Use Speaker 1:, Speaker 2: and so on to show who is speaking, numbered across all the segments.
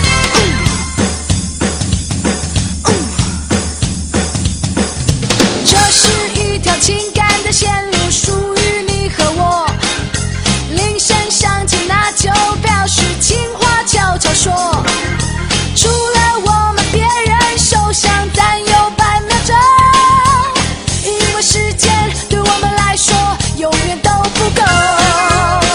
Speaker 1: 这是一条情感的线路，属于你和我。铃声响起，那就表示情话悄悄说。除了我们，别人受伤，咱有半秒钟。因为时间对我们来说，永远都不够。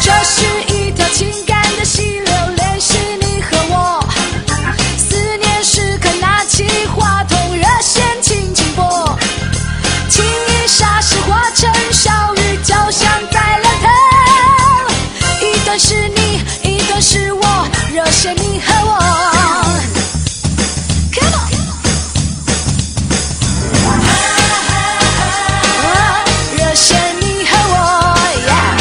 Speaker 1: 这是一条情感的溪流，联系你和我。思念时刻拿起话筒，热线轻轻拨。情意霎时化成小雨，就像在聊天。一段是你，一段是我，热线你和我。Come on，热啊线你和我，yeah。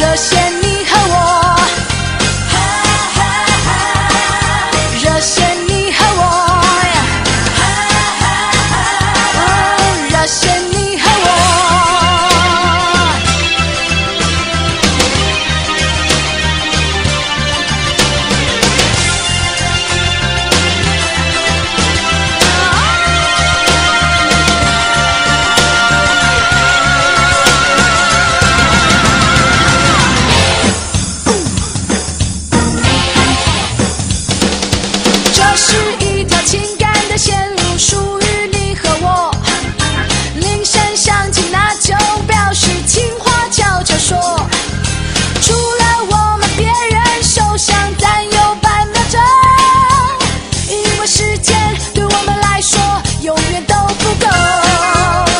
Speaker 1: 热线你和我，啊热线你和我，热线你和我。这是一条情感的线路，属于你和我。铃声响起，那就表示情话悄悄说。除了我们，别人受伤，咱有半秒钟。因为时间对我们来说，永远都不够。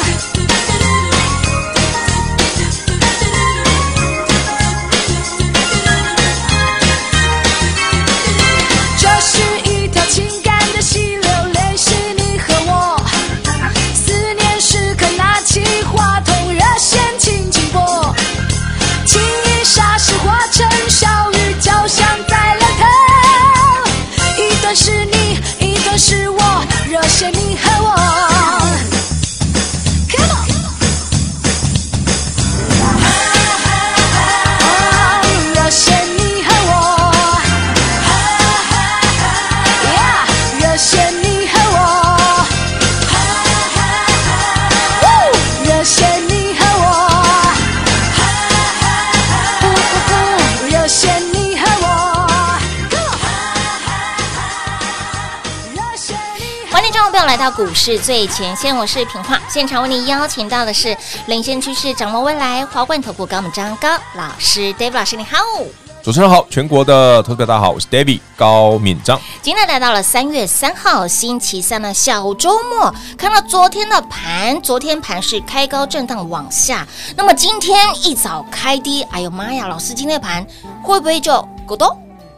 Speaker 1: 这是一条情感的溪流，联系你和我。思念时刻拿起话筒，热线轻轻拨。情意霎时化成小雨，就像在聊天。一段是你，一段是我，热线你和我。Come on，热线你和我。呀，热线你和我，呜，热线你和我，热线你和我，热线你
Speaker 2: 欢迎听众朋友来到股市最前线，我是平化，现场为你邀请到的是领先趋势、掌握未来华冠投顾高敏章高老师，David 老师，你好。
Speaker 3: 主持人好，全国的投资者大家好，我是 David 高敏章。
Speaker 2: 今天来到了三月三号星期三的小周末，看到昨天的盘，昨天盘是开高震荡往下，那么今天一早开低，哎呦妈呀，老师今天的盘会不会就咕咚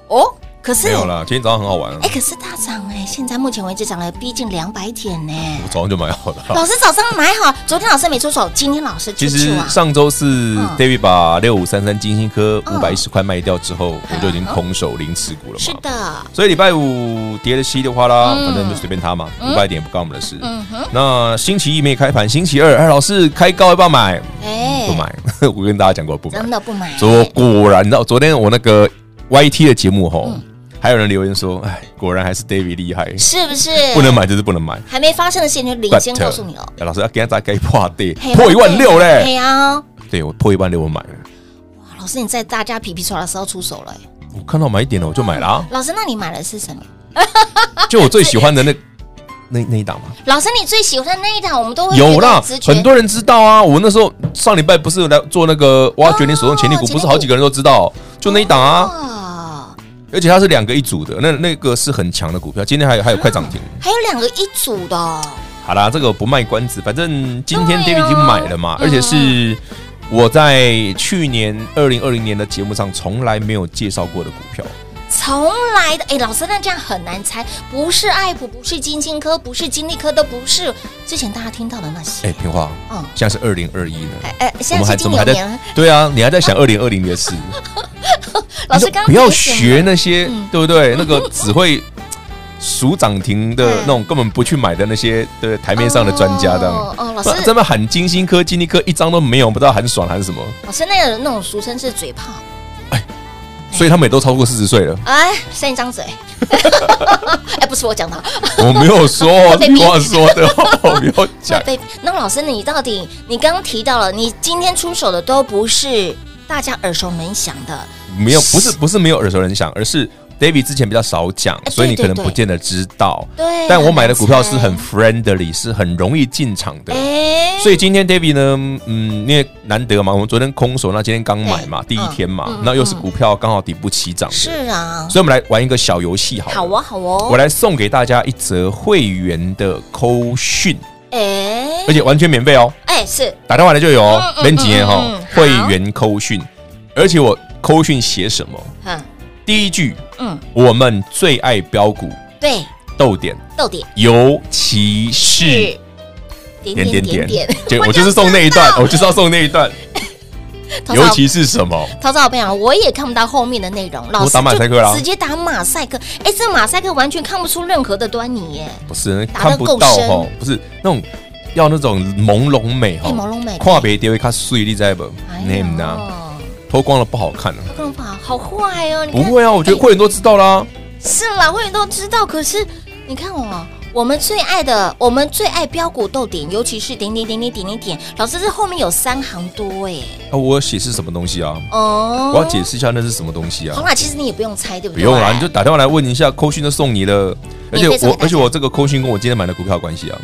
Speaker 2: 哦？可是
Speaker 3: 没有啦，今天早上很好玩啊
Speaker 2: 哎，，可是大涨哎，现在目前为止涨了逼近两百点呢、
Speaker 3: 我早上就买好了。
Speaker 2: 老师早上买好，昨天老师没出手，今天老师出
Speaker 3: 其
Speaker 2: 去
Speaker 3: 实
Speaker 2: 啊。
Speaker 3: 上周是
Speaker 2: 嗯
Speaker 3: David 把六五三三金星科
Speaker 2: 嗯
Speaker 3: 五百一十块卖掉之后，我就已经空手零持股了
Speaker 2: 是
Speaker 3: 嘛。
Speaker 2: 的，
Speaker 3: 所以礼拜五跌的稀里哗啦，
Speaker 2: 嗯
Speaker 3: 反正就随便他嘛，五百点不干我们的事。
Speaker 2: 嗯哼，
Speaker 3: 那星期一没开盘，星期二，哎，老师开高要不要买？
Speaker 2: 哎、
Speaker 3: 不买， 我跟大家讲过不买
Speaker 2: 真。的不买。
Speaker 3: 昨果然，你知道昨天我那个 YT 的节目吼，
Speaker 2: 嗯
Speaker 3: 还有人留言说，哎，果然还是 David 厉害，
Speaker 2: 是不是
Speaker 3: 不能买就是不能买。
Speaker 2: 还没发生的事情就领先告诉你哦。
Speaker 3: But，哎老师要给他大概破对，
Speaker 2: 嘿
Speaker 3: 破一万六
Speaker 2: 对
Speaker 3: 嘞！
Speaker 2: 呀、
Speaker 3: 对我破一万六，我买了，
Speaker 2: 老师你在大家皮皮抓的时候出手了、哎
Speaker 3: 我看到买一点了我就买了啊，
Speaker 2: 老师，那你买的是什么？
Speaker 3: 就我最喜欢的那那那一档吗？
Speaker 2: 老师，你最喜欢的那一档，我们都会
Speaker 3: 有啦
Speaker 2: 啦，，
Speaker 3: 很多人知道啊。我那时候上礼拜不是有来做那个挖掘你手中潜力股，
Speaker 2: 哦
Speaker 3: 不是好几个人都知道，就那一档啊。
Speaker 2: 啊，
Speaker 3: 而且它是两个一组的，那那个是很强的股票，今天还有还有快涨停。
Speaker 2: 还有两个一组的哦，
Speaker 3: 好啦，这个不卖关子，反正今天
Speaker 2: 对啊
Speaker 3: David 已经买了嘛，而且是我在去年二零二零年的节目上从来没有介绍过的股票。
Speaker 2: 从来的哎，老师，那这样很难猜，不是爱普，不是金星科，不是金利科，都不是之前大家听到的那些。
Speaker 3: 哎，平华
Speaker 2: 嗯，
Speaker 3: 现在是二零二一了，
Speaker 2: 哎哎，
Speaker 3: 我
Speaker 2: 现
Speaker 3: 们
Speaker 2: 在
Speaker 3: 还
Speaker 2: 是金
Speaker 3: 怎么还
Speaker 2: 牛
Speaker 3: 在
Speaker 2: 年，？
Speaker 3: 对啊，你还在想二零二零的事？
Speaker 2: 老师
Speaker 3: 你就
Speaker 2: 刚刚
Speaker 3: 不要
Speaker 2: 提醒
Speaker 3: 学
Speaker 2: 了
Speaker 3: 那些
Speaker 2: 嗯，
Speaker 3: 对不对？那个 只会数涨停的
Speaker 2: 嗯
Speaker 3: 那种，根本不去买的那些，对台面上的专家这
Speaker 2: 哦
Speaker 3: 样。
Speaker 2: 哦，老
Speaker 3: 不
Speaker 2: 师，
Speaker 3: 这么喊金星科、金立科一张都没有，不知道喊爽喊什么，
Speaker 2: 老师那个那种俗称是嘴炮，
Speaker 3: 所以他们也都超过四十岁了。
Speaker 2: 哎，伸一张 嘴，哎，不是我讲的，
Speaker 3: 我没有说，
Speaker 2: 会被
Speaker 3: 是
Speaker 2: 灭
Speaker 3: 我说的，我没有讲。
Speaker 2: 对，那老师，你到底你刚刚提到了，你今天出手的都不是大家耳熟能详的，
Speaker 3: 没有，不是不是没有耳熟能详，而是 David 之前比较少讲，
Speaker 2: 哎
Speaker 3: 所以你
Speaker 2: 对
Speaker 3: 可能
Speaker 2: 对
Speaker 3: 不见得知道。
Speaker 2: 对啊
Speaker 3: 但我买的股票是
Speaker 2: 很
Speaker 3: 很
Speaker 2: 难啊
Speaker 3: friendly，是很容易进场的。
Speaker 2: 哎，
Speaker 3: 所以今天 David 呢，嗯，因为难得嘛，我们昨天空手，那今天刚买嘛，
Speaker 2: 对
Speaker 3: 第一天嘛
Speaker 2: 嗯嗯，
Speaker 3: 那又是股票刚好底部起涨的，
Speaker 2: 是啊，
Speaker 3: 所以我们来玩一个小游戏好了
Speaker 2: 好哦，好哦，
Speaker 3: 我来送给大家一则会员的扣讯，
Speaker 2: 哎
Speaker 3: 而且完全免费哦，
Speaker 2: 哎是
Speaker 3: 打电话来就有哦
Speaker 2: 嗯嗯，
Speaker 3: 没几年
Speaker 2: 嗯
Speaker 3: 哈
Speaker 2: 嗯嗯，
Speaker 3: 会员扣讯，而且我扣讯写什么？
Speaker 2: 嗯
Speaker 3: 第一句，
Speaker 2: 嗯，
Speaker 3: 我们最爱标股，
Speaker 2: 对，
Speaker 3: 逗点，
Speaker 2: 逗点
Speaker 3: 尤其是
Speaker 2: 点
Speaker 3: 点
Speaker 2: 点
Speaker 3: 点
Speaker 2: 点
Speaker 3: 点
Speaker 2: 点，，
Speaker 3: 对我就是送那一段，我就是要送那 一段，
Speaker 2: 头
Speaker 3: 尤
Speaker 2: 脑
Speaker 3: 其是什么？
Speaker 2: 曹操朋友，我也看不到后面的内容，老师
Speaker 3: 打马赛克啦
Speaker 2: 就直接打马赛克。哎，这马赛克完全看不出任何的端倪耶。
Speaker 3: 不是
Speaker 2: 打得
Speaker 3: 看不
Speaker 2: 够
Speaker 3: 到
Speaker 2: 深
Speaker 3: 哈，不是那种要那种朦胧美哈，
Speaker 2: 哎朦胧美
Speaker 3: 跨别跌会看碎力在不
Speaker 2: 哎
Speaker 3: ？name 呢？
Speaker 2: 呀，
Speaker 3: 啊脱光了不好看啊。
Speaker 2: 方法好坏哦。你
Speaker 3: 不
Speaker 2: 看哎
Speaker 3: 会啊，我觉得会员都知道啦。
Speaker 2: 是啦，会员都知道。可是你看哦，我们最爱的，我们最爱标股逗点，尤其是点点点点点点点。老师，这后面有三行多哎。
Speaker 3: 啊，我写是什么东西啊？
Speaker 2: 哦，
Speaker 3: 我要解。释一下那是什么东西
Speaker 2: 好
Speaker 3: 啊？
Speaker 2: 啦，其实你也不用猜，对不
Speaker 3: 不
Speaker 2: 对？
Speaker 3: 用啦，啊你就打电话来问一下，扣讯就送你了。而且
Speaker 2: 免费送
Speaker 3: 我
Speaker 2: 给，大家
Speaker 3: 而且我这个扣讯跟我今天买的股票有关系啊，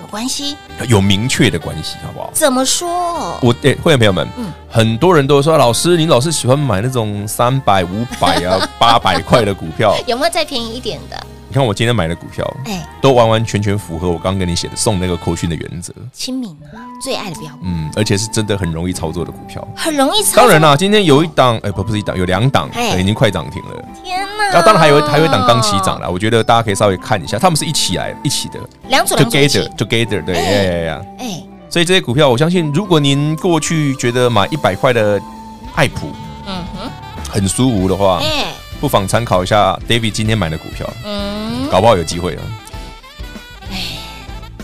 Speaker 2: 有关系。
Speaker 3: 有明确的关系，好不好？
Speaker 2: 怎么说？
Speaker 3: 我诶，会员朋友们
Speaker 2: 嗯，
Speaker 3: 很多人都说老师，你老是喜欢买那种三百、五百啊、八百块的股票。
Speaker 2: 有没有再便宜一点的？
Speaker 3: 你看我今天买的股票，
Speaker 2: 哎，
Speaker 3: 都完完全全符合我刚刚跟你写的送那个扣讯的原则，
Speaker 2: 亲民啊，最爱的标股，
Speaker 3: 嗯，而且是真的很容易操作的股票。
Speaker 2: 很容易操
Speaker 3: 当
Speaker 2: 作
Speaker 3: 然啦，今天有一档，哎、不不是一档，有两档、
Speaker 2: 嘿哦
Speaker 3: 哎已经快涨停了。
Speaker 2: 天呐！
Speaker 3: 那、当然还有还有一档刚起涨，啦，我觉得大家可以稍微看一下，他们是一起来一起的
Speaker 2: 两组两组一起
Speaker 3: ，together together，对，
Speaker 2: 哎
Speaker 3: 哎呀呀，
Speaker 2: 哎，
Speaker 3: 所以这些股票，我相信如果您过去觉得买一百块的爱普
Speaker 2: 嗯哼，
Speaker 3: 很舒服的话，
Speaker 2: 哎，
Speaker 3: 不妨参考一下 David 今天买的股票，
Speaker 2: 嗯，
Speaker 3: 搞不好有机会啊。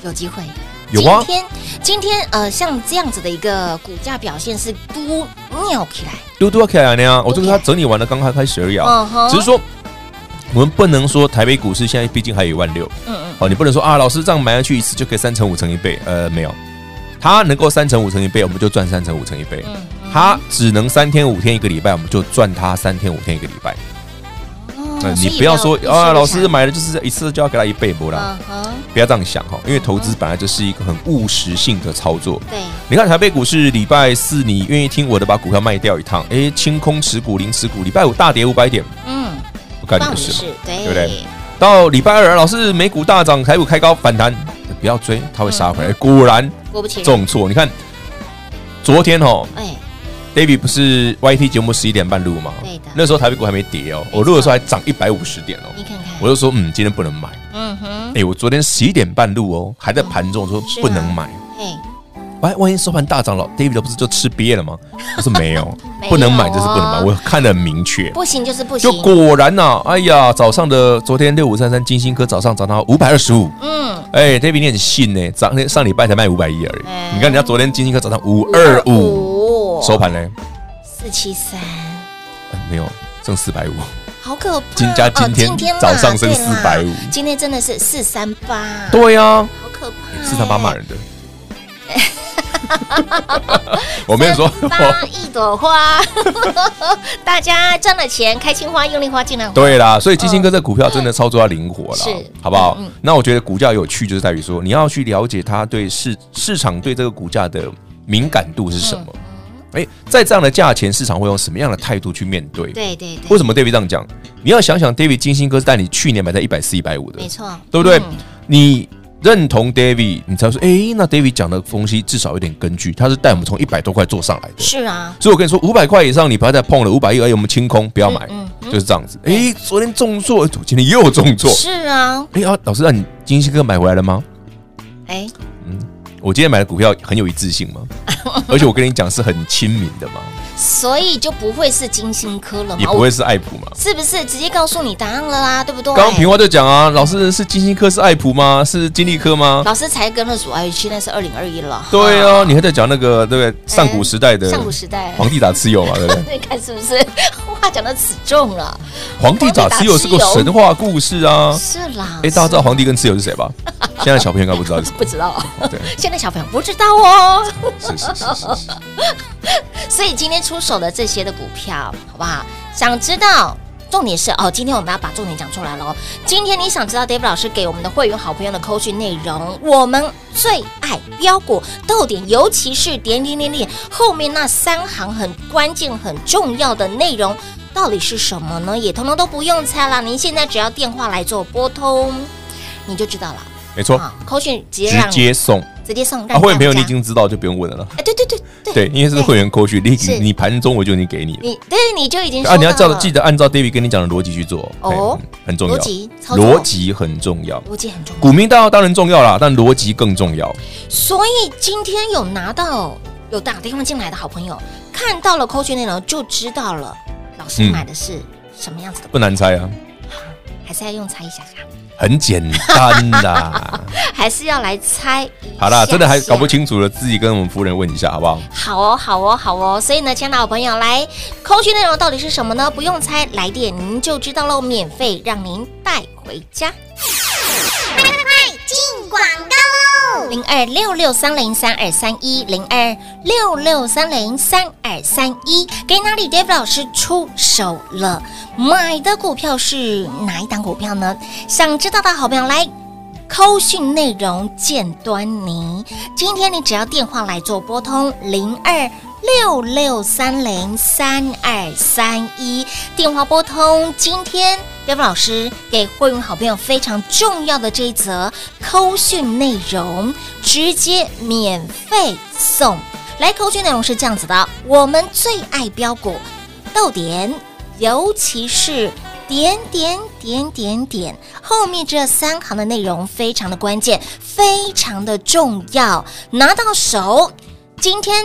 Speaker 2: 有机会。
Speaker 3: 有啊
Speaker 2: 今，天今天呃，像这样子的一个股价表现是嘟尿起来，
Speaker 3: 嘟嘟起来呢，我就是他整理完了，刚刚开始而已啊。
Speaker 2: 嗯哼
Speaker 3: 只是说，我们不能说台北股市现在毕竟还有一万六，
Speaker 2: 嗯嗯，
Speaker 3: 好，你不能说啊，老师这样买下去一次就可以三成五成一倍，呃，没有，它能够三成五成一倍，我们就赚三成五成一
Speaker 2: 嗯
Speaker 3: 倍，它只能三天五天一个礼拜，我们就赚它三天五天一个礼拜。
Speaker 2: 哦
Speaker 3: 那呃嗯你
Speaker 2: 所以
Speaker 3: 不要说啊，老师，
Speaker 2: 一
Speaker 3: 买了就是一次就要给他一倍不
Speaker 2: 思一
Speaker 3: 啦，
Speaker 2: 想嗯哼，
Speaker 3: 不要这样想哈，因为投资本来就是一个很务实性的操作。
Speaker 2: 对，
Speaker 3: 你看台北股市礼拜四，你愿意听我的把股票卖掉一趟，诶，清空持股零持股，礼拜五大跌五百点，
Speaker 2: 嗯，
Speaker 3: 不干你
Speaker 2: 放
Speaker 3: 的
Speaker 2: 也
Speaker 3: 事嘛。
Speaker 2: 是，对
Speaker 3: 对不对？到礼拜二，啊老师美股大涨，台股开高反弹，不要追，它会杀回来。
Speaker 2: 嗯
Speaker 3: 果然
Speaker 2: 果不其然，
Speaker 3: 重挫，你看昨天哦
Speaker 2: 哎，
Speaker 3: ，David 不是 YT 节目十一点半录吗？
Speaker 2: 对的
Speaker 3: 那时候台北股还没跌哦，
Speaker 2: 错
Speaker 3: 我录的时候还涨一百五十点哦。
Speaker 2: 你看看，
Speaker 3: 我就说，嗯，今天不能买。
Speaker 2: 嗯哼，
Speaker 3: 哎、我昨天十一点半录哦，还在盘中，我说
Speaker 2: 是啊
Speaker 3: 不能买。
Speaker 2: 哎，
Speaker 3: 万万一收盘大涨了，David 不是就吃瘪了吗？我说 没有
Speaker 2: 没有，
Speaker 3: 不能买就是不能买，
Speaker 2: 哦
Speaker 3: 我看得很明确。
Speaker 2: 不行就是不
Speaker 3: 就
Speaker 2: 行，
Speaker 3: 果然呐、哎呀，早上的昨天六五三三金星科早上涨到五百二十五，
Speaker 2: 嗯，
Speaker 3: 哎，David 你很信呢、涨上上礼拜才卖五百一而已，
Speaker 2: 哎
Speaker 3: 你看人家昨天金星科早上五二五
Speaker 2: 五
Speaker 3: 收盘嘞、
Speaker 2: 四七三。
Speaker 3: 哎没有剩四百五，
Speaker 2: 好可怕！
Speaker 3: 金加今天
Speaker 2: 哦啦
Speaker 3: 早上升
Speaker 2: 对啦
Speaker 3: 450
Speaker 2: 今天真的是四三八，
Speaker 3: 对呀、啊，
Speaker 2: 好可怕、
Speaker 3: 四三八骂人的，我没有说，
Speaker 2: 发一朵 花，大家赚了钱，开心花、用力花、尽量花。
Speaker 3: 对啦，所以基金哥这股票真的操作要灵活啦，
Speaker 2: 是
Speaker 3: 好不好？那我觉得股价有趣，就是在于说你要去了解它对市市场对这个股价的敏感度是什么。哎、在这样的价钱，市场会用什么样的态度去面对？
Speaker 2: 对对对，
Speaker 3: 为什么 David 这样讲？你要想想，David 金星哥是带你去年买在一百四、一百五的，
Speaker 2: 没错，
Speaker 3: 对不对？
Speaker 2: 嗯
Speaker 3: 你认同 David，你才会说，哎，那 David 讲的东西至少有点根据，他是带我们从一百多块做上来的。
Speaker 2: 是啊，
Speaker 3: 所以我跟你说，五百块以上你不要再碰了，五百一哎而已，我们清空，不要
Speaker 2: 嗯
Speaker 3: 买，就是这样子。哎，昨天重挫，今天又重挫。
Speaker 2: 是啊，
Speaker 3: 哎啊，老师，那你金星哥买回来了吗？
Speaker 2: 哎，
Speaker 3: 我今天买的股票很有一致性 吗？而且我跟你讲是很亲民的嘛，
Speaker 2: 所以就不会是金星科了
Speaker 3: 也
Speaker 2: 嘛？
Speaker 3: 不会是爱普嘛。
Speaker 2: 我是不是直接告诉你答案了啦？对不对？
Speaker 3: 刚刚平花就讲啊，老师是金星科是爱普吗？是金利科吗？
Speaker 2: 老师才跟了主爱去，那是二零二一了。
Speaker 3: 对啊，你还在讲那个对不对？上古时代的
Speaker 2: 哎上古时代，
Speaker 3: 皇帝打蚩尤嘛，对不
Speaker 2: 你
Speaker 3: 对？
Speaker 2: 看是不是话讲的此重了？
Speaker 3: 皇帝打蚩尤是个神话故事啊。
Speaker 2: 是啦，
Speaker 3: 哎，大家知道皇帝跟蚩尤是谁吧？现在小朋友应该不知道是谁。
Speaker 2: 不知道，
Speaker 3: 对，
Speaker 2: 现在小朋友不知道哦。
Speaker 3: 是是是是 是。
Speaker 2: 所以今天出手的这些的股票，好不好？想知道。重点是哦，今天我们要把重点讲出来喽。今天你想知道 Dave 老师给我们的会员好朋友的扣讯内容，我们最爱标股逗点，尤其是点点点点后面那三行很关键、很重要的内容，到底是什么呢？也通通都不用猜啦，您现在只要电话来做拨通，你就知道了。
Speaker 3: 没错，
Speaker 2: 啊，扣讯直接
Speaker 3: 直
Speaker 2: 让你
Speaker 3: 接送。
Speaker 2: 直接送，
Speaker 3: 啊，
Speaker 2: 让
Speaker 3: 会员朋友
Speaker 2: 大
Speaker 3: 你
Speaker 2: 家
Speaker 3: 已经知道，就不用问了啦。
Speaker 2: 哎，对对对对
Speaker 3: 对，因为这是会员扣去，你已经
Speaker 2: 是
Speaker 3: 你盘中我就已经给你了。
Speaker 2: 你对你就已经
Speaker 3: 啊，你要
Speaker 2: 收到
Speaker 3: 照
Speaker 2: 了
Speaker 3: 记得按照 David 跟你讲的逻辑去做，
Speaker 2: 哦
Speaker 3: 哎嗯很重要。
Speaker 2: 逻辑操作
Speaker 3: 逻辑很重要，
Speaker 2: 逻辑很重要。
Speaker 3: 股民当然当然重要啦，但逻辑更重要。
Speaker 2: 所以今天有拿到有打电话进来的好朋友，看到了扣讯内容就知道了，老师
Speaker 3: 嗯
Speaker 2: 买的是什么样子的，
Speaker 3: 不难猜啊，
Speaker 2: 还是要用猜一下下，
Speaker 3: 很简单 啦。
Speaker 2: 还是要来猜一 下下
Speaker 3: 好啦，真的还搞不。清楚了，自己跟我们夫人问一下好不好？
Speaker 2: 好哦，好哦，好哦。所以呢，亲爱的好朋友，来扣讯内容到底是什么呢？不用猜，来电您就知道喽，免费让您带回家。零二六六三零三二三一零二六六三零三二三一，给哪里 Dave 老师出手了？买的股票是哪一档股票呢？想知道的好朋友来。扣讯内容见端倪，今天你只要电话来做拨通零二六六三零三二三一，电话拨通。今天 Dave 老师给会员好朋友非常重要的这一则扣讯内容，直接免费送。来，扣讯内容是这样子的：我们最爱标股，逗点，尤其是点点点点点后面这三行的内容非常的关键，非常的重要，拿到手，今天。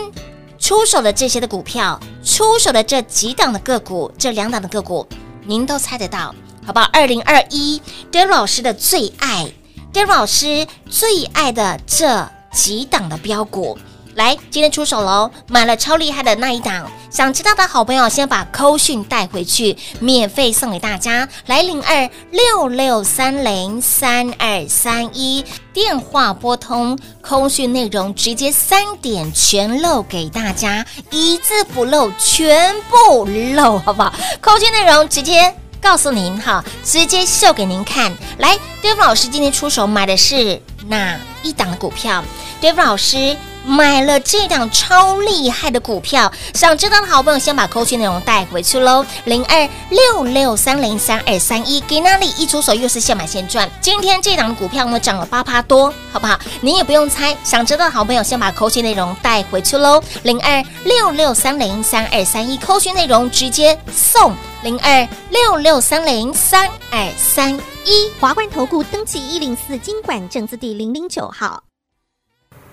Speaker 2: 出手的这些的股票，出手的这几档的个股，这两档的个股，您都猜得到，好不好？二零二一 d a v 老师的最爱 d a v 老师最爱的这几档的标股，来，今天出手喽，买了超厉害的那一档，想知道的好朋友先把扣讯带回去，免费送给大家。来零二六六三零三二三一电话拨通，扣讯内容直接三点全漏给大家，一字不漏，全部漏，好不好？扣讯内容直接。告诉您哈，直接秀给您看。来，Dave 老师今天出手买的是哪一档的股票？Dave 老师买了这档超厉害的股票，想知道的好朋友先把扣讯内容带回去喽。零二六六三零三二三一，给那里一出手又是现买现赚。今天这档股票呢涨了八趴多，好不好？您也不用猜，想知道的好朋友先把扣讯内容带回去喽。零二六六三零三二三一，扣讯内容直接送。零二六六三零三二三一。
Speaker 4: 华冠投顾登记一零四经管证字第零零九号。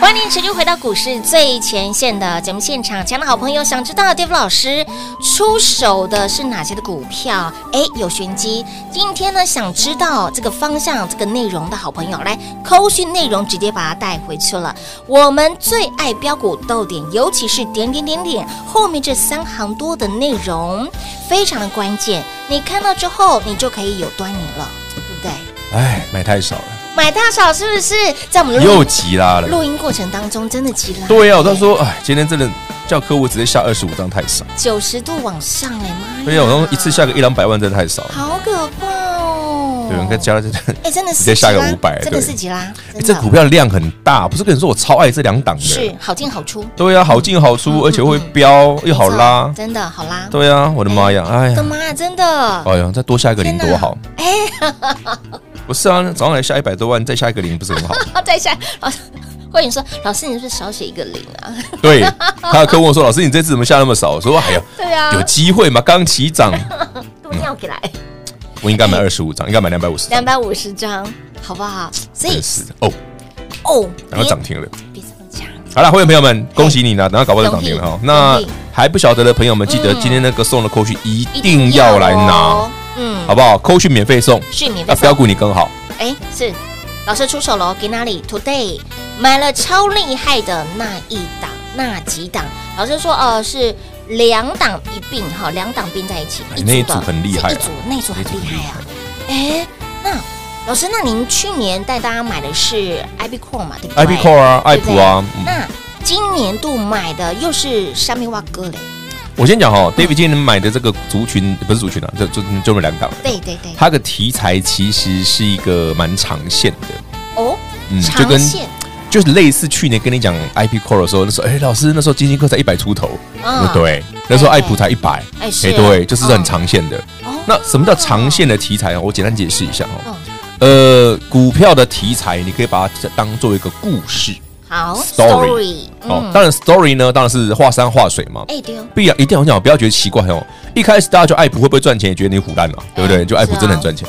Speaker 2: 欢迎持续回到股市最前线的节目现场，亲爱的好朋友，想知道 Dave 老师出手的是哪些的股票？哎，有玄机。今天呢，想知道这个方向、这个内容的好朋友，来扣讯内容直接把它带回去了。我们最爱标股逗点，尤其是点点点点后面这三行多的内容，非常的关键。你看到之后，你就可以有端倪了，对不对？
Speaker 3: 哎，买太少了，
Speaker 2: 买大少是不是在我们的
Speaker 3: 又急拉了。
Speaker 2: 录音过程当中真的急了。
Speaker 3: 对呀，我到时候哎，今天真的叫客户直接下二十五张太少。
Speaker 2: 九十度往上哎、妈呀！
Speaker 3: 对呀，啊我一次下个一两百万真的太少了。
Speaker 2: 好可怕哦。
Speaker 3: 对，你看加了这个，
Speaker 2: 哎、真的是
Speaker 3: 直接下个
Speaker 2: 急啦
Speaker 3: 500
Speaker 2: 真的
Speaker 3: 对
Speaker 2: 是急啦。
Speaker 3: 哎
Speaker 2: 真
Speaker 3: 这
Speaker 2: 的
Speaker 3: 股票量很大，不是跟你说我超爱这两档的？
Speaker 2: 是好进好出，
Speaker 3: 对呀，好进好出，而且会飙又好
Speaker 2: 没
Speaker 3: 拉
Speaker 2: 错。真的好拉。
Speaker 3: 对呀，我的妈呀，哎
Speaker 2: 我的
Speaker 3: 呀，
Speaker 2: 妈呀，真的。
Speaker 3: 哎呀，再多下一个零
Speaker 2: 天
Speaker 3: 多
Speaker 2: 哪
Speaker 3: 好。哎，不是啊，早上来下一百多万，再下一个零不是 很好？
Speaker 2: 啊，再下老师，慧颖说：“老师，你是不是少写一个零啊
Speaker 3: 对，还有客户问我说：“老师，你这次怎么下那么少？”我说：“哎呀，？”
Speaker 2: 对啊
Speaker 3: 有机会嘛，刚起涨，
Speaker 2: 都尿起来，
Speaker 3: 我应该买二十五张，应该买两百五十张
Speaker 2: 两，百五十张，好不好？所以
Speaker 3: 真是的哦，
Speaker 2: 哦，
Speaker 3: 然后涨停了。
Speaker 2: 别，别这么讲，
Speaker 3: 好了，会员朋友们，恭喜你呢，然后搞不好就涨停了
Speaker 2: 恭
Speaker 3: 哈。
Speaker 2: 喜
Speaker 3: 那
Speaker 2: 恭喜嗯
Speaker 3: 还不晓得的朋友们，记得今天那个送的扣讯一定要来拿
Speaker 2: 哦，。嗯，
Speaker 3: 好啊不好？扣讯免费送，
Speaker 2: 是免费
Speaker 3: 那
Speaker 2: 送
Speaker 3: 标股你更好。
Speaker 2: 哎，是老师出手喽，给哪里？Today 买了超厉害的那一档，那几档？老师说，呃，是两档一并哈，两档并在一起
Speaker 3: 哎，
Speaker 2: 一
Speaker 3: 那一
Speaker 2: 的
Speaker 3: 组很厉害啊
Speaker 2: 是一组那一组很
Speaker 3: 那一组
Speaker 2: 厉
Speaker 3: 很
Speaker 2: 害
Speaker 3: 厉
Speaker 2: 啊
Speaker 3: 害。
Speaker 2: 哎，那老师，那您去年带大家买的是 IB Core 嘛，对不对
Speaker 3: IP Core 啊，爱
Speaker 2: 对不对
Speaker 3: 普啊，嗯
Speaker 2: 那今年度买的又是山米蛙哥嘞？
Speaker 3: 我先讲哈，David 今天买的这个族群不是族群啊，就就就那两档，
Speaker 2: 对对对，
Speaker 3: 它的题材其实是一个蛮长线的。
Speaker 2: 哦，
Speaker 3: 嗯就
Speaker 2: 长
Speaker 3: 跟
Speaker 2: 线
Speaker 3: 就是类似去年跟你讲 IP Core 的时候，那时候哎、老师那时候基金课才一百出头，
Speaker 2: 啊，
Speaker 3: 对，那时候爱普才一百，
Speaker 2: 哎是啊
Speaker 3: 对，就是很
Speaker 2: 嗯
Speaker 3: 长线的。
Speaker 2: 哦嗯
Speaker 3: 那什么叫长线的题材哦？我简单解释一下哦。呃，股票的题材你可以把它当做一个故事
Speaker 2: 好
Speaker 3: story 哦
Speaker 2: 嗯。
Speaker 3: 当然，story 呢当然是画山画水嘛。
Speaker 2: 哎对哦，
Speaker 3: 必然一定要讲，不要觉得奇怪哦。一开始大家就爱普会不会赚钱，也觉得你虎烂了，对不
Speaker 2: 哎
Speaker 3: 对？就爱普
Speaker 2: 是啊
Speaker 3: 真的很赚钱，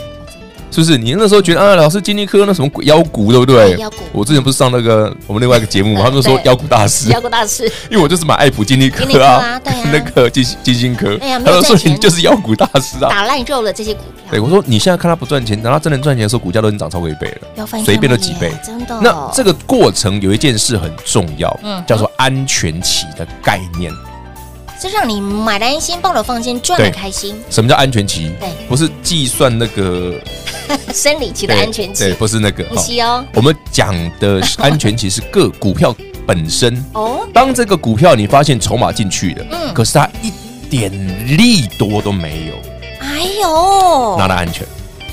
Speaker 3: 是不是？你那时候觉得啊，老师金立科那什么鬼妖股，对不对
Speaker 2: 哎？妖股
Speaker 3: 我之前不是上那个我们另外一个节目嘛，他们说
Speaker 2: 对
Speaker 3: 妖股大师，
Speaker 2: 妖股大师。
Speaker 3: 因为我就是买爱普金立科
Speaker 2: 金立科啊
Speaker 3: 啊，
Speaker 2: 对啊
Speaker 3: 跟那个基基金科，
Speaker 2: 哎呀
Speaker 3: 他
Speaker 2: 没有
Speaker 3: 就
Speaker 2: 赚
Speaker 3: 说
Speaker 2: 钱
Speaker 3: 你就是妖股大师啊。
Speaker 2: 打烂肉了这些股票，
Speaker 3: 对，我说你现在看他不赚钱，等他真能赚钱的时候，股价都已经涨超过一倍了。
Speaker 2: 不要翻
Speaker 3: 随便都
Speaker 2: 天
Speaker 3: 几
Speaker 2: 了
Speaker 3: 倍
Speaker 2: 耶真的哦。
Speaker 3: 那这个过程有一件事很重要，
Speaker 2: 嗯
Speaker 3: 叫做安全期的概念。
Speaker 2: 这让你买的安心，抱的放心，赚的
Speaker 3: 对
Speaker 2: 开心，
Speaker 3: 什么叫安全期
Speaker 2: 对？
Speaker 3: 不是计算那个
Speaker 2: 生理期的
Speaker 3: 对
Speaker 2: 安全
Speaker 3: 对，
Speaker 2: 期，
Speaker 3: 不是那个。
Speaker 2: 不
Speaker 3: 哦
Speaker 2: 息哦。
Speaker 3: 我们讲的是安全期是个股票本身，
Speaker 2: 哦，
Speaker 3: 当这个股票你发现筹码进去了，
Speaker 2: 嗯
Speaker 3: 可是它一点利多都没有，
Speaker 2: 哎呦，
Speaker 3: 那它安全，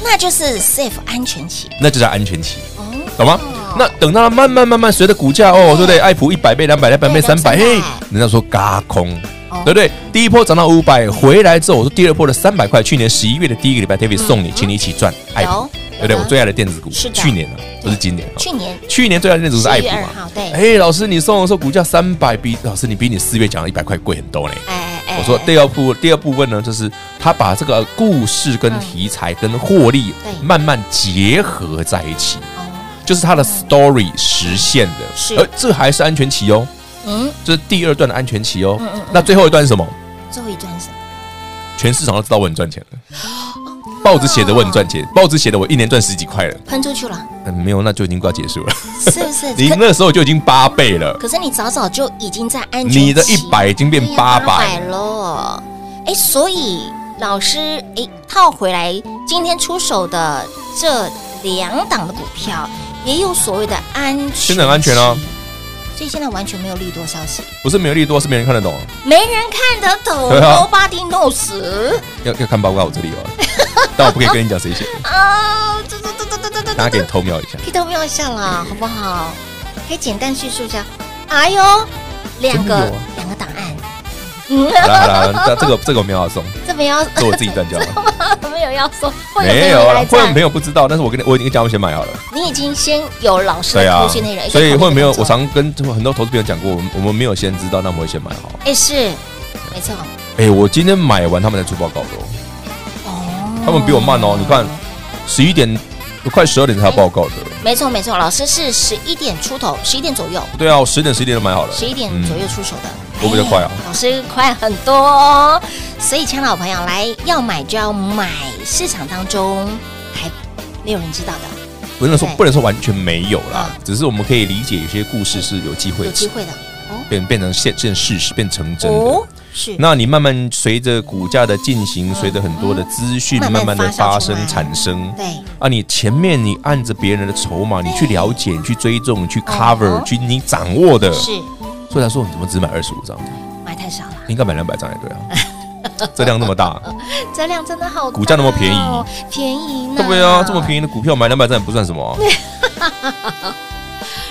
Speaker 2: 那就是 safe 安全期
Speaker 3: 那就叫安全期，
Speaker 2: 哦，
Speaker 3: 懂吗？那等到它慢慢慢慢随着股价哦，对不对？爱普一百倍、两百、两百倍、
Speaker 2: 对
Speaker 3: 三百，
Speaker 2: 200
Speaker 3: 嘿，人家说嘎空
Speaker 2: 哦，
Speaker 3: 对不对？第一波涨到五百，回来之后我说第二波的三百块，去年十一月的第一个礼拜，David 送你，请你一起赚爱普
Speaker 2: 有，
Speaker 3: 对不对？
Speaker 2: 有
Speaker 3: 我最爱的电子股，
Speaker 2: 是的
Speaker 3: 去年的，不是今年哦。
Speaker 2: 去年
Speaker 3: 去年最爱的电子股
Speaker 2: 十
Speaker 3: 是爱
Speaker 2: 月
Speaker 3: 普
Speaker 2: 二
Speaker 3: 嘛？
Speaker 2: 号，对，哎
Speaker 3: 哎、老师，你送的时候股价三百，比老师你比你四月讲的一百块贵很多嘞。
Speaker 2: 哎哎，
Speaker 3: 我说
Speaker 2: 哎
Speaker 3: 第二部第二部分呢，就是他把这个故事跟题材跟获利
Speaker 2: 对
Speaker 3: 慢慢结合在一起，
Speaker 2: 哦，
Speaker 3: 就是它的 story 实现的，
Speaker 2: 是
Speaker 3: 而这还是安全期哦，
Speaker 2: 嗯，
Speaker 3: 这是第二段的安全期哦
Speaker 2: 嗯嗯嗯。
Speaker 3: 那最后一段是什么？
Speaker 2: 最后一段是什么
Speaker 3: 全市场都知道我很赚钱了。
Speaker 2: 哦
Speaker 3: 报纸写的我很赚钱，报纸写的我一年赚十几块了。
Speaker 2: 喷出去了，
Speaker 3: 嗯，没有，那就已经快要 结束了。
Speaker 2: 是不是？
Speaker 3: 你
Speaker 2: 可
Speaker 3: 那时候就已经八倍了，
Speaker 2: 可是你早早就已经在安全期，
Speaker 3: 你的一百已经变八百。
Speaker 2: 了。哎，所以老师，哎，套回来今天出手的这两档的股票，也有所谓的安全，
Speaker 3: 真的很安全哦，
Speaker 2: 所以现在完全没有利多消息，
Speaker 3: 不是没有利多，是没人看得懂啊。
Speaker 2: 没人看得懂、
Speaker 3: 对
Speaker 2: n
Speaker 3: 啊
Speaker 2: o b o d y knows
Speaker 3: 要要看报告我这里有啊， 但我不可以跟你讲谁写的，
Speaker 2: 啊，这这这这这这这
Speaker 3: 大家给你偷瞄一下。
Speaker 2: 可以偷瞄一下啦，好不好？可以简单叙述一下。哎呦，两
Speaker 3: 真的
Speaker 2: 个
Speaker 3: 有啊
Speaker 2: 两个档案，嗯，
Speaker 3: 好啦好啦，那这个这个我没有要送，
Speaker 2: 这没有
Speaker 3: 这我自己赚就好了。
Speaker 2: 没有要说，会
Speaker 3: 没
Speaker 2: 有
Speaker 3: 有啊
Speaker 2: 来
Speaker 3: 啦，会
Speaker 2: 赞
Speaker 3: 员朋友不知道，但是我跟你我已经讲我先 买好了。
Speaker 2: 你已经先有老师
Speaker 3: 对
Speaker 2: 的
Speaker 3: 啊
Speaker 2: 通讯内容，，
Speaker 3: 所以会没有，
Speaker 2: 一个
Speaker 3: 我常跟很多投资朋友讲过，我们我们没有先知道，那我们会先买好。
Speaker 2: 哎是没错
Speaker 3: 哎，我今天买完他们才出报告的哦。
Speaker 2: 嗯哦，
Speaker 3: 他们比我慢哦。你看，十一点快十二点才有报告的。
Speaker 2: 哦没错没错，老师是十一点出头，十一点左右，
Speaker 3: 对啊，我十点十一点就买好了。
Speaker 2: 十一点
Speaker 3: 嗯
Speaker 2: 左右出手的，
Speaker 3: 我比较快啊
Speaker 2: 哎老师快很多哦。所以，亲爱的老朋友，来要买就要买市场当中还没有人知道的，
Speaker 3: 不能说
Speaker 2: 对
Speaker 3: 不能说完全没有啦
Speaker 2: 嗯，
Speaker 3: 只是我们可以理解有些故事是有机会
Speaker 2: 有机会的哦
Speaker 3: 变变成现变事实，变成真的。
Speaker 2: 哦，是
Speaker 3: 那你慢慢随着股价的进行，随着很多的资讯
Speaker 2: 慢慢
Speaker 3: 慢慢的
Speaker 2: 发酵
Speaker 3: 发
Speaker 2: 出来
Speaker 3: 生产生。
Speaker 2: 对
Speaker 3: 啊，你前面你按着别人的筹码，你去了解，你去追踪，你去
Speaker 2: 哦
Speaker 3: cover，去你掌握的。
Speaker 2: 是
Speaker 3: 所以他说你怎么只买二十 五张？
Speaker 2: 买太少了，
Speaker 3: 应该买两百张才对啊，这量那 么大。
Speaker 2: 这量真的好大哦，
Speaker 3: 股价那么便宜
Speaker 2: 便宜呢？
Speaker 3: 对不对啊？这么便宜的股票买两百张也不算什么啊、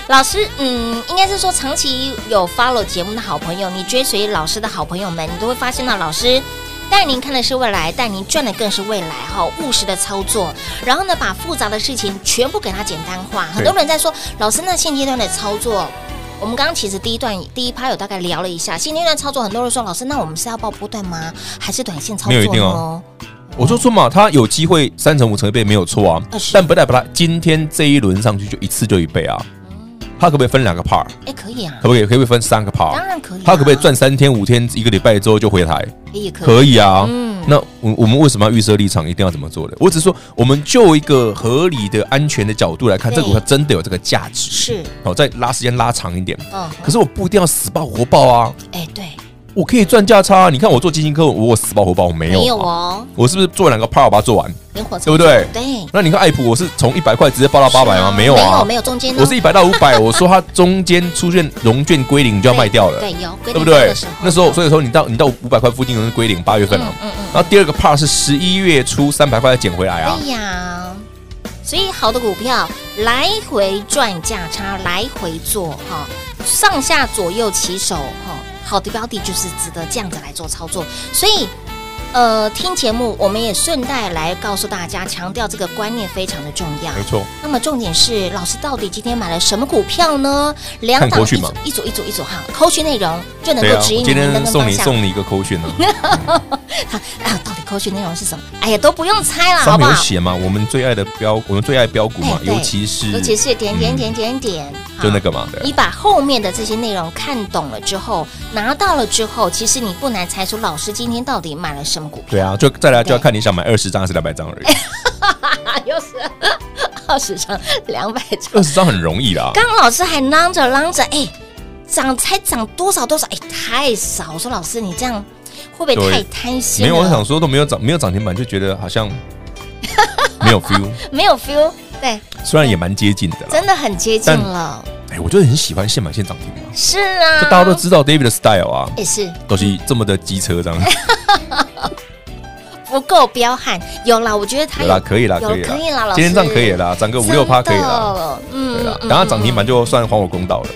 Speaker 2: 老师，嗯，应该是说长期有 follow 节目的好朋友，你追随老师的好朋友们，你都会发现到老师带您看的是未来，带您赚的更是未来哈、务实的操作，然后呢，把复杂的事情全部给它简单化。很多人在说，老师，那现阶段的操作。我们刚刚其实第一段第一趴有大概聊了一下，现阶段操作，很多人说老师，那我们是要报波段吗？还是短线操作呢？
Speaker 3: 没有一定哦我就说嘛，它有机会三成五成一倍没有错啊
Speaker 2: 啊是，
Speaker 3: 但不代表它今天这一轮上去就一次就一倍啊。它可不可以分两个 part？
Speaker 2: 哎，可以啊
Speaker 3: 可，不可以？可不可以分三个 part？
Speaker 2: 当然可以啊
Speaker 3: 它可不可以赚三天、五天、一个礼拜之后就回台？
Speaker 2: 也可以，
Speaker 3: 可以啊。
Speaker 2: 嗯
Speaker 3: 那我我们为什么要预设立场一定要怎么做的？我只是说，我们就一个合理的、安全的角度来看，
Speaker 2: 对
Speaker 3: 这个股票真的有这个价值。
Speaker 2: 是，
Speaker 3: 好，再拉时间拉长一点。
Speaker 2: 嗯，
Speaker 3: 可是我不一定要死抱活抱啊，
Speaker 2: 哎，对，
Speaker 3: 我可以赚价差啊。你看我做基金课，我我死抱活抱我没有啊，
Speaker 2: 没有哦，
Speaker 3: 我是不是做两个 part 把它做完？
Speaker 2: 连火
Speaker 3: 对不对
Speaker 2: 对，
Speaker 3: 那你看爱普，我是从一百块直接报到八百吗？
Speaker 2: 是
Speaker 3: 没有
Speaker 2: 没
Speaker 3: 啊
Speaker 2: 有，没有中间哦，
Speaker 3: 我是一百到五百，我说它中间出现融券归零，你就要卖掉了，
Speaker 2: 对，有规
Speaker 3: 对
Speaker 2: 定
Speaker 3: 不
Speaker 2: 的
Speaker 3: 对
Speaker 2: 时候？
Speaker 3: 那时候，所以说你到你到五百块附近有人归零，八月份啊。
Speaker 2: 嗯嗯，
Speaker 3: 然后第二个 part 是十一月初三百块再捡回来啊
Speaker 2: 对，呀。所以好的股票来回赚价差，来回做哈、上下左右起手哈、好的标的就是值得这样子来做操作。所以，呃，听节目我们也顺带来告诉大家，强调这个观念非常的重要。
Speaker 3: 没错。
Speaker 2: 那么重点是，老师到底今天买了什么股票呢？两
Speaker 3: 看
Speaker 2: 档一
Speaker 3: 口讯
Speaker 2: 组
Speaker 3: 嘛
Speaker 2: 一组一组一组哈，扣讯内容就能
Speaker 3: 对
Speaker 2: 够
Speaker 3: 啊，
Speaker 2: 指
Speaker 3: 我
Speaker 2: 引
Speaker 3: 今
Speaker 2: 你们的
Speaker 3: 天送
Speaker 2: 方
Speaker 3: 你
Speaker 2: 向。
Speaker 3: 送你一个扣讯啊，
Speaker 2: 他啊，到底扣取内容是什么？哎呀，都不用猜了， 好
Speaker 3: 上
Speaker 2: 不
Speaker 3: 面有
Speaker 2: 好？啊
Speaker 3: 写嘛，我们最爱的标，我们最爱标股嘛
Speaker 2: 哎，对
Speaker 3: 尤其是嗯
Speaker 2: 尤其是点点点点点，
Speaker 3: 就那
Speaker 2: 好。
Speaker 3: 个嘛，对啊
Speaker 2: 你把后面的这些内容看懂了之后，拿到了之后，其实你不难猜出老师今天到底买了什么股票。
Speaker 3: 对啊，就再来就要
Speaker 2: 对
Speaker 3: 看你想买二十张还是两百张 而已，
Speaker 2: 啊，又是二十张、两百张
Speaker 3: 二。十张很容易啦。
Speaker 2: 刚刚老师还囔着囔着，哎，涨才涨多少多少，哎，太少。我说老师，你这样会不会
Speaker 3: 对
Speaker 2: 太贪心
Speaker 3: 没
Speaker 2: 了？
Speaker 3: 有，我想说都没有涨，没有涨停板就觉得 好像没有 feel，
Speaker 2: 没有 feel，对，
Speaker 3: 虽然也蛮接近的啦。
Speaker 2: 真的很接近
Speaker 3: 但
Speaker 2: 了。
Speaker 3: 哎，我就很喜欢现买现涨停嘛，
Speaker 2: 是啊，
Speaker 3: 这大家都知道 David 的 style 啊，
Speaker 2: 也是。
Speaker 3: 都是这么的机车这样。
Speaker 2: 哎不够彪悍，有啦，我觉得他
Speaker 3: 有啦，可以啦，
Speaker 2: 哎有
Speaker 3: 可以啦，
Speaker 2: 可以啦，老师
Speaker 3: 今天这样可以啦，涨个五六趴可以啦，
Speaker 2: 了，
Speaker 3: 对啦
Speaker 2: 嗯，，
Speaker 3: 等下涨停板就算还我 公道了。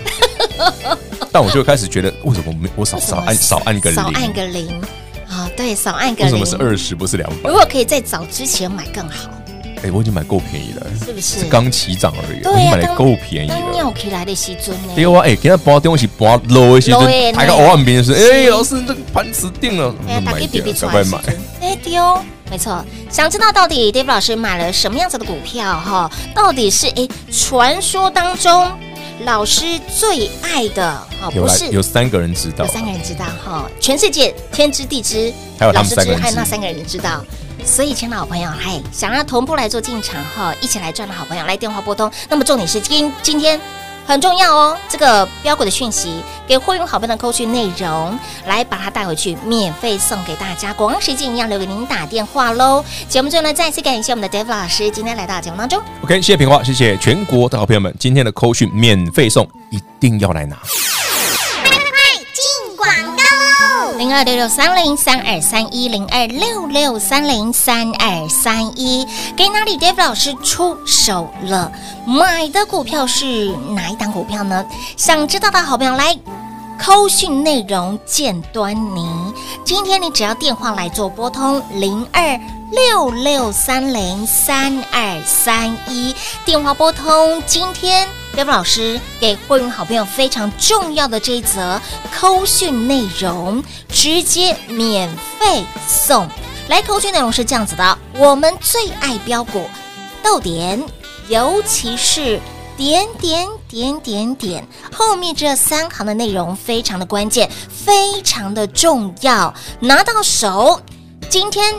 Speaker 3: 但我就开始觉得，为什么我没我少
Speaker 2: 为什
Speaker 3: 少
Speaker 2: 么
Speaker 3: 按少按一个
Speaker 2: 少按
Speaker 3: 零？
Speaker 2: 个零啊，对，少按个
Speaker 3: 为什
Speaker 2: 零，
Speaker 3: 么是二十不是两百
Speaker 2: 如？果可以在早之前买更好，
Speaker 3: 哎，我已经买够便宜了，
Speaker 2: 是不是
Speaker 3: 是？刚起涨而已，我
Speaker 2: 嗯对
Speaker 3: 已经
Speaker 2: 呀，
Speaker 3: 买的
Speaker 2: 刚
Speaker 3: 够便宜
Speaker 2: 刚尿
Speaker 3: 了。
Speaker 2: 起来的时尊呢？
Speaker 3: 对啊，哎，给他搬东西搬 low 一些，
Speaker 2: low 的
Speaker 3: 就抬个
Speaker 2: 那
Speaker 3: 偶尔别人说，
Speaker 2: 是
Speaker 3: 哎，老师这个盘子定了，
Speaker 2: 哎呀，
Speaker 3: 买
Speaker 2: 打给
Speaker 3: 一
Speaker 2: 比比
Speaker 3: 点，
Speaker 2: 出
Speaker 3: 赶
Speaker 2: 来
Speaker 3: 快
Speaker 2: 的时
Speaker 3: 买
Speaker 2: 候。，哎对哦，没错，想知道到底 Dave 老师买了什么样子的股票哈？到底是诶传说当中老师最爱的哈，
Speaker 3: 有
Speaker 2: 不
Speaker 3: 来
Speaker 2: 是
Speaker 3: 有三个人知道
Speaker 2: 有，三个人知道哈，全世界天知地知，
Speaker 3: 还有他
Speaker 2: 老
Speaker 3: 们
Speaker 2: 师
Speaker 3: 三个
Speaker 2: 只
Speaker 3: 人
Speaker 2: 爱
Speaker 3: 知
Speaker 2: 那三个人知道。所以，亲爱的好朋友，嗨，想要同步来做进场哈，一起来赚的好朋友，来电话拨通。那么重点是今今天很重要哦，这个标股的讯息给会员好朋友的扣讯内容，来把它带回去，免费送给大家。广告时间一样留给您打电话喽。节目最后呢，再次感谢我们的 Dave 老师今天来到节目当中。
Speaker 3: OK，谢谢平话，谢谢全国的好朋友们，今天的扣讯免费送，一定要来拿。
Speaker 5: 进广告喽！
Speaker 2: 零二六六三零三二三一零二六六三零三二三一，给哪里 Dave 老师出手了？买的股票是哪一档股票呢？想知道的好朋友来。扣讯内容见端倪，今天你只要电话来做拨通零二六六三零三二三一，电话拨通。今天 d a 老师给会员好朋友非常重要的这一则扣讯内容，直接免费送。来，扣讯内容是这样子的：我们最爱标股，逗点，尤其是点点点点点后面这三行的内容非常的关键，非常的重要，拿到手，今天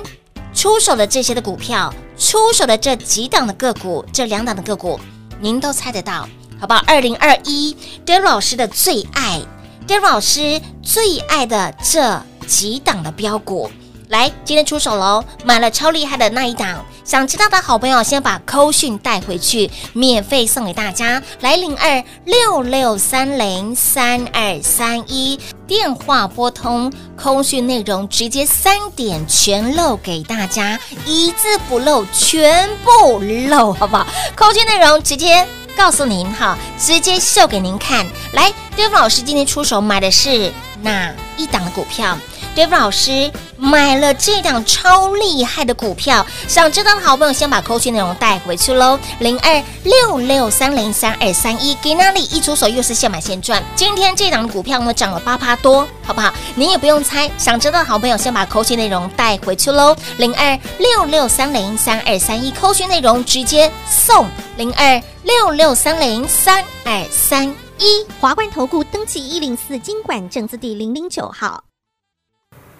Speaker 2: 出手的这些的股票，出手的这几档的个股，这两档的个股，您都猜得到，好不好？二零二一 d a r 老师的最爱 d a r 老师最爱的这几档的标股。来，今天出手喽，买了超厉害的那一档。想知道的好朋友，先把扣讯带回去，免费送给大家。来零二六六三零三二三一电话拨通，扣讯内容直接三点全漏给大家，一字不漏，全部漏，好不好？扣讯内容直接告诉您哈，直接秀给您看。来，Dave 老师今天出手买的是哪一档的股票？Dave 老师买了这档超厉害的股票，想知道的好朋友先把扣讯内容带回去喽。零二六六三零三二三一，给那里一出手又是现买现赚。今天这档股票呢涨了八趴多，好不好？您也不用猜，想知道的好朋友先把扣讯内容带回去喽。零二六六三零三二三一，扣讯内容直接送零二六六三零三二三一。
Speaker 4: 华冠投顾登记一零四经管证字第零零九号。